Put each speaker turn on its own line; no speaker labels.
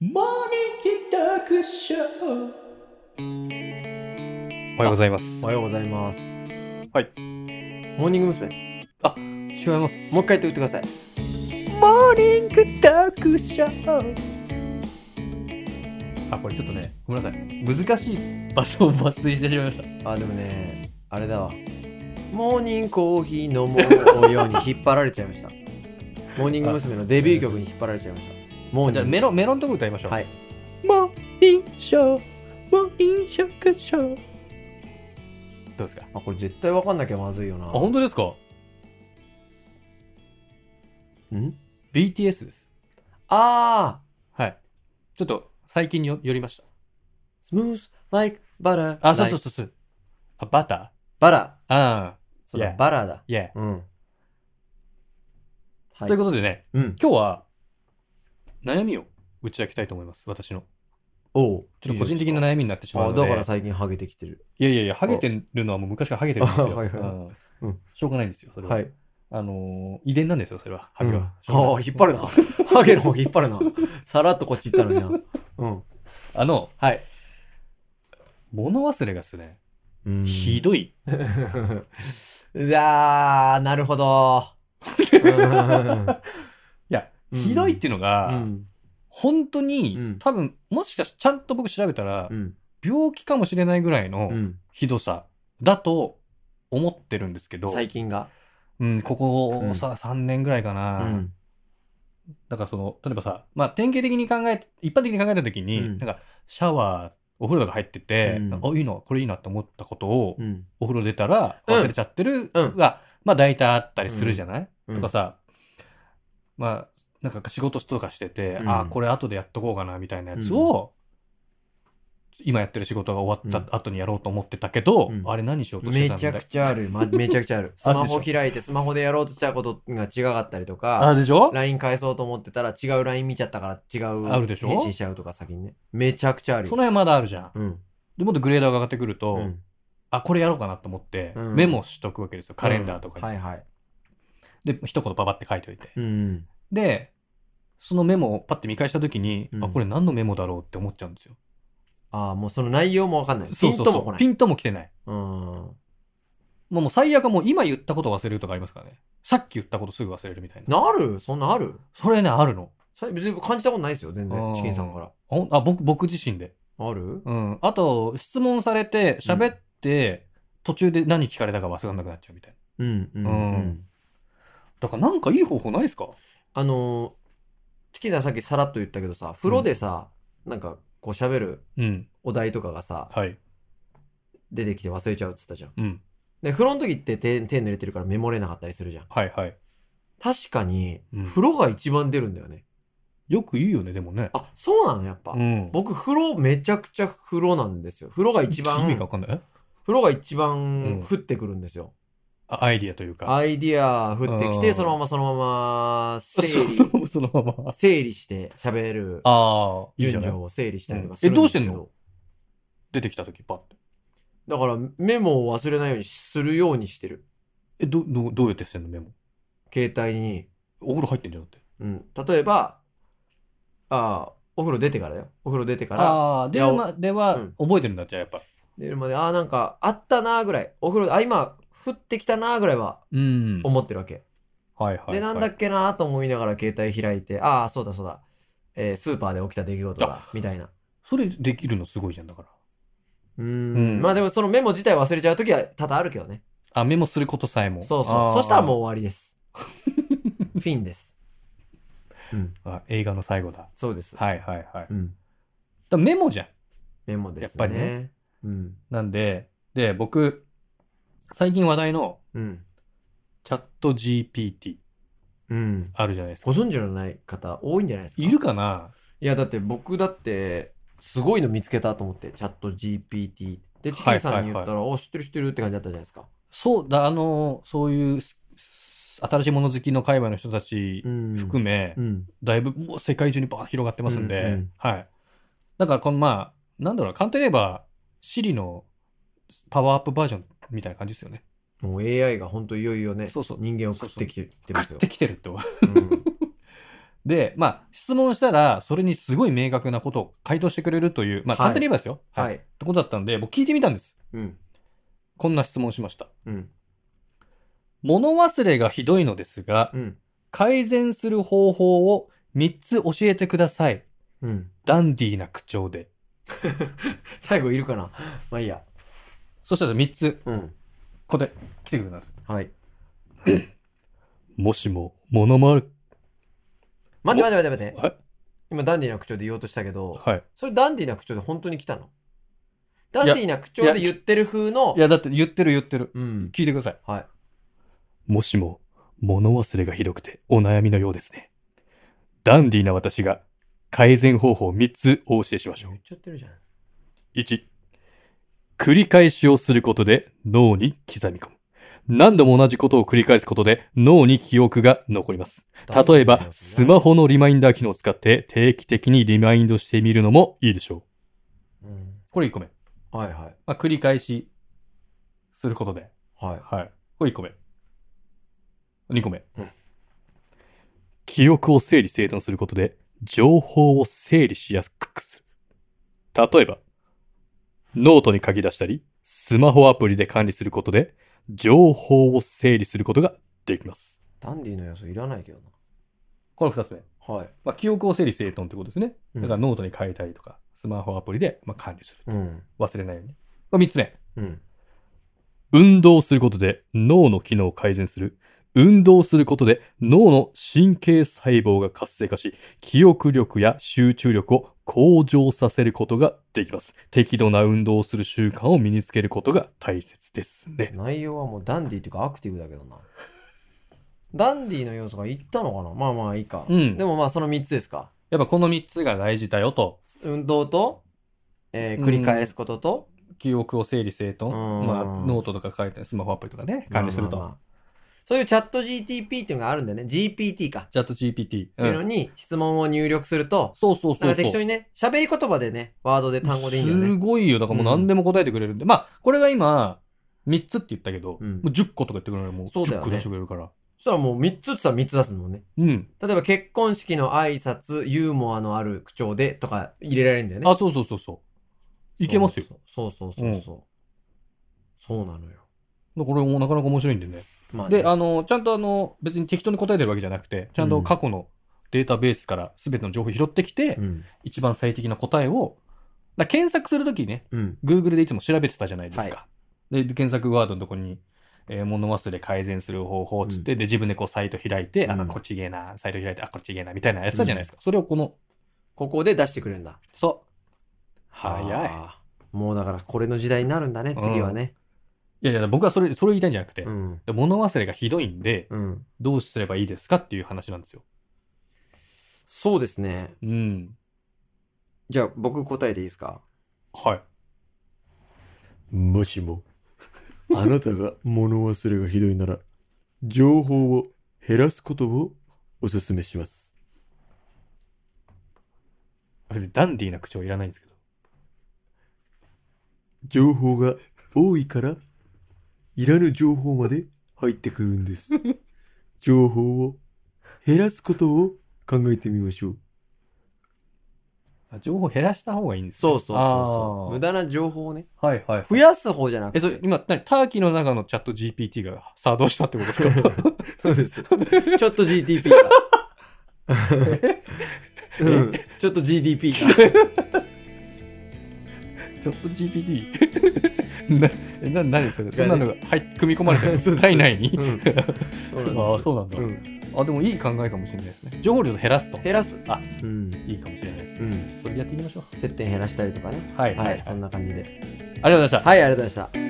モーニングトークショー
おはようございます。
おはようございます。
はい。
モーニング娘。
あ、
違います。もう一回と言ってください。
モーニングトークショー
あ、これちょっとね、ごめんなさい。難しい場所を抜粋してしまいました。
あ、でもね、あれだわ。モーニングコーヒー飲もうように引っ張られちゃいました。モーニング娘。のデビュー曲に引っ張られちゃいました。モーニング。
じゃあメロン、メロンとこ歌いましょう。
はい。
モーニングショーモーニングショークショー
どうですか
あ、これ絶対わかんなきゃまずいよ
あ、
な。
本当ですか
ん
?BTS です。
あ
はい。ちょっと、最近によ寄りました。
ー、smooth like butter.
あ、そうそう
like
そうそう。あ、バタ
バラ。
ーあ
そうだ、
Yeah.
バラだ。
ー、いや。
うん。はい
ということでね、
うん。
今日は、悩みを打ち明けたいと思います。私の。
おう
ちょっと個人的な
ね。
悩みになってしま
あ、
うので。
だから最近ハゲてきてる。
いやいやいや、ハゲてるのはもう昔からハゲてるんですよ。
あ はいはい
うん
うん
しょうがないんですよ、それは。
はい。
あのー遺伝なんですよ、それは。ハ
う
ゲ
ん、
は
あ。
し
あ
ょうがない、
引っ張るな。ハゲの方引っ張 るな。さらっとこっち行ったのにな。うん。
あの、
はい。
物忘れがですね、
うん
ひどい。
うわー、なるほど。うん
いや、
うん
ひどいっていうのが、
うん。
本当に、
うん
多分、もしかし、ちゃんと僕調べたら、
うん。
病気かもしれないぐらいうの
ん。
ひどさだと思ってるんですけど、
最近が。
うん、ここさ、
う
3年ぐらいか
う
な、
ん。
だからその、例えばさ、まあ、典型的に考えて、一般的に考えた時に、
うん
なんか、シャワー、お風呂が入ってて、
うん
あ、いいな、これいいなって思ったことを、
うん。
お風呂出たら
うん
忘れちゃってるが、
うん
まあ大体あったりするじゃない、
うん
とかさ、まあ、なんか仕事とかしてて、
うん
ああ、これ後でやっとこうかなみたいなやつを、今やってる仕事が終わった後にやろうと思ってたけど、
うん
あれ何しようとして
め
たん
ち
だ
ゃくちゃある。ま、めちゃく ちゃある。スマホ開いてスマホでやろうとしたことが違かったりと
あ
か、
あ、でしょ
LINE 返そうと思ってたら違う LINE 見ちゃったから違う。
あるでしょ
返信しちゃうとか先にね。めちゃくちゃある
そ
よ。
の辺まだあるじゃん。
うん。
で、もっとグレードが上がってくると、
うん
あ、これやろうかなと思って、
うん
メモしとくわけですよ。カレンダーとかに。
はいはい。
で、一言パパって書いておいて。
うん。
で、そのメモをパッて見返した時に、
うん
あ、これ何のメモだろうって思っちゃうんですよ。
ああ、もうその内容もわかんない。
そ
ピ
う
ン
そう
と
そう
も来ない。
ピンとも来てない。
うん。
もうもう最悪はもう今言ったこと忘れるとかありますからね。さっき言ったことすぐ忘れるみたいな。
なるそんなある
それね、あるの。
それ別に感じたことないですよ、全
あー
然。チキンさんから。
ほんあ、僕、僕自身で。
ある
うん。あと、質問されて、喋って、途中で何聞かれたか忘れなくなっちゃうみたいな。
うん、うん、う
うん
ん。
だからなんかいい方法ないですか
あのー、チキンさんさっきさらっと言ったけどさ、風呂でさ、なんかこう喋る
うん。
お題とかがさ、
はい。
出てきて忘れちゃうっつったじゃん。
うん。
で、風呂の時って手手濡れてるからメモれなかったりするじゃん。
はいはい。
確かに、
うん
風呂が一番出るんだよね。
よく言うよね、でもね。
あ、そうなのやっぱ。
ん。
僕、風呂めちゃくちゃ風呂なんですよ。風呂が一
意
番、
味が
風
わかんない。え
呂が一
うん
番降ってくるんですよ。
あアイディアというか。
アイディア降ってき
うん
て、そのままそのまま整 理、
理。そのまま。
整理して喋る
ああ、いいじゃ
順
ない
序。を整理したりとか
うんえどう
で
し
す
て
け
んの出てきた時、パッて。
だからメモを忘れないようにするようにしてる。
え、ど、ど、どうやってしてんの、メモ。
携帯に。
お風呂入ってんじゃなくて。
うん。例えば、ああ、お風呂出てからだよ。お風呂出てから、
ああー、で
いや
は、では
うん、
覚えてるんだ、じゃあ、やっぱ。
寝るまで、ああ、なんか、あったなーぐらい。お風呂、あ、今、降ってきたなーぐらいは
うん。
思ってるわけ。
はいはい。
で、なんだっけなーと思いながら携帯開いて、ああ、そうだそうだ。えースーパーで起きた出来事だ、みたいな。
それできるのすごいじゃんだから。
うー
うん
ん。まあでもそのメモ自体忘れちゃうときは多々あるけどね。
あ、メモすることさえも。
そう
あ
そ
ー
う。そしたらもう終わり です。フィンです。うん。
あ映画の最後だ。
そうです。
はいはいはい。だか
うん。
らメモじゃん。
メモですね。
やっぱりね。
うん。
なんで、で、僕、最近話題の
うん。
チャット GPT
うん。
あるじゃないです
ご
か。
存知のない方多いんじゃないですか
いるかない
や、だって僕だって、すごいの見つけたと思って、チャット GPT。で、チキンさんに言ったら、お、知ってる知ってるって感じだったじゃないですか。
そうだ、あの、そういう、すす新しいもの好きの界隈の人たち
うん。
含め、
うん。
だいぶもう世界中にバーッ広がってますんで、
うんうん
はい。だから、このまあ、なんだろうな、簡単に言えば、Siri のパワーアップバージョンみたいな感じですよね。
もう AI が本当いよいよね、
そうそう
人間を食ってきてます
食っ
よ
て。きてるって。
うん
で、まあ、質問したら、それにすごい明確なことを回答してくれるという、まあ、
はい
簡単に言えばですよ。
は
っ
い。
てことだったんで、僕聞いてみたんです。
うん。
こんな質問しました。
うん。
物忘れがひどいのですが、
うん。
改善する方法を3つ教えてください。
うん。
ダンディーな口調で。
最後いるかな まあいいや。
そしたら3つ、
うん。
ここで来てくれます。
はい。
もしも、物もある。
待って待って待って待って。
はい。
今ダンディーな口調で言おうとしたけど、
はい。
それダンディーな口調で本当に来たのダンディーな口調で言ってる風の
い、や、だって言ってる言ってる。
うん。
聞いてください。
はい。
もしも、物忘れがひどくてお悩みのようですね。ダンディーな私が改善方法3つをお教えしましょ
言っちゃってるじゃん。
う。1、繰り返しをすることで脳に刻み込む。何度も同じことを繰り返すことで脳に記憶が残ります。例えば、スマホのリマインダー機能を使って定期的にリマインドしてみるのもいいでしょ
うん
う。これ1個目。
はいはい。
まあ、繰り返しすることで。
はい。
はい。これ1個目。2個目。
うん
記憶を整理整頓することで、情報を整理しやすくする。例えば、ノートに書き出したり、スマホアプリで管理することで、情報を整理することができます。
ダンディーの要素いらないけど
これ2つ目。
な。はい。
まあ、記憶を整理整頓ってことですね。だ
うん
からノートに書いたりとか、スマホアプリでまあ管理する。
うん。
忘れないように。これ3つ目。
うん。
運動をすることで脳の機能を改善する。運動をすることで脳の神経細胞が活性化し、記憶力や集中力を向上させることができます。適度な運動をする習慣を身につけることが大切ですね。
内容はもうダンディーっていうかアクティブだけどな。ダンディーの要素がいったのかなまあまあいいか。
うん
で。もまあその3つですか。
やっぱこの3つが大事だよと。
運動と、えー、繰り返すことと、
記憶を整理整頓。
うん
まあ、ノートとか書いて、スマホアプリとかね、管理する
まあま
と。
あまあそういうチャット GTP っていうのがあるんだよね。GPT か。
チャット GPT。
っていうの
うん
に質問を入力すると、
そうそう
な
そ
ん
う
か適
そ
当
う。
にね、喋り言葉でね、ワードで単語でいいんだよ
す
ね。
ごいよ。だからもう何でも答えてくれるんで。まあ、これが今、3つって言ったけど、
うん
もう10個とか言ってくれるもう
そうだよ
10個
ね
出してくれるから。
そしたらもう3つってさ、3つ出すもんね。
うん。
例えば結婚式の挨拶、ユーモアのある口調でとか入れられるんだよね。
あ、そうそうそうそう。いけますよ。
そうそうそうそうそう。そうな
だ
のよ。
からこれもなかなか面白いんでね。
まあね、
で、あの、ちゃんとあの、別に適当に答えてるわけじゃなくて、ちゃんと過去のデータベースから全ての情報を拾ってきて、
うん。
一番最適な答えを、だから検索するときね、
うん。
Google でいつも調べてたじゃないですか。で、検索ワードのとこに、えー物忘れ改善する方法っつって、で、自分でこうサイト開いて、あ
う
の、
ん
こっちげえな、サイト開いて、あ、こっちげえな、みたいなやつだじゃないですか。それをこの、
ここで出してくれるんだ。
そう。早い。いや
あー。もうだからこれの時代になるんだね、次はね。
いや、僕はそれ、それ言いたいんじゃなくて、
うん。
で物忘れがひどいんで、
うん。
どうすればいいですかっていう話なんですよ。
そうですね。
うん。
じゃあ僕答えていいですか
はい。
もしも、あなたが物忘れがひどいなら、情報を減らすことをお勧めします。
別にダンディーな口調いらないんですけど。
情報が多いから、いらぬ情報まで入ってくるんです。 情報を減らすことを考えてみましょう。
あ情報減らした方がいいんですね
そうそうそうそう。無
あ
駄な情報をね。
ーはいはい。
増やす方じゃなくて。
え、それ、今、何ターキーの中のチャット GPT が作動したってことですか
そうです。ちょっと GDP が。うん、ちょっと GDP が。
チャット GPT? な、えな、何それそん
がね
なのが入っ組み込まれて
そう
る
です
体内に
うんそうなんです
ああ、そうなんだ、
うん
あ、でもいい考えかもしれないですね。情報量を減らすと。
減らす。
あ
うん。
いいかもしれないですね。
うん。
それでやっていきましょう。
接点減らしたりとかね。
はい、は、
はい
はい
い、そんな感じで。
ありがとうございました。
はい、ありがとうございました。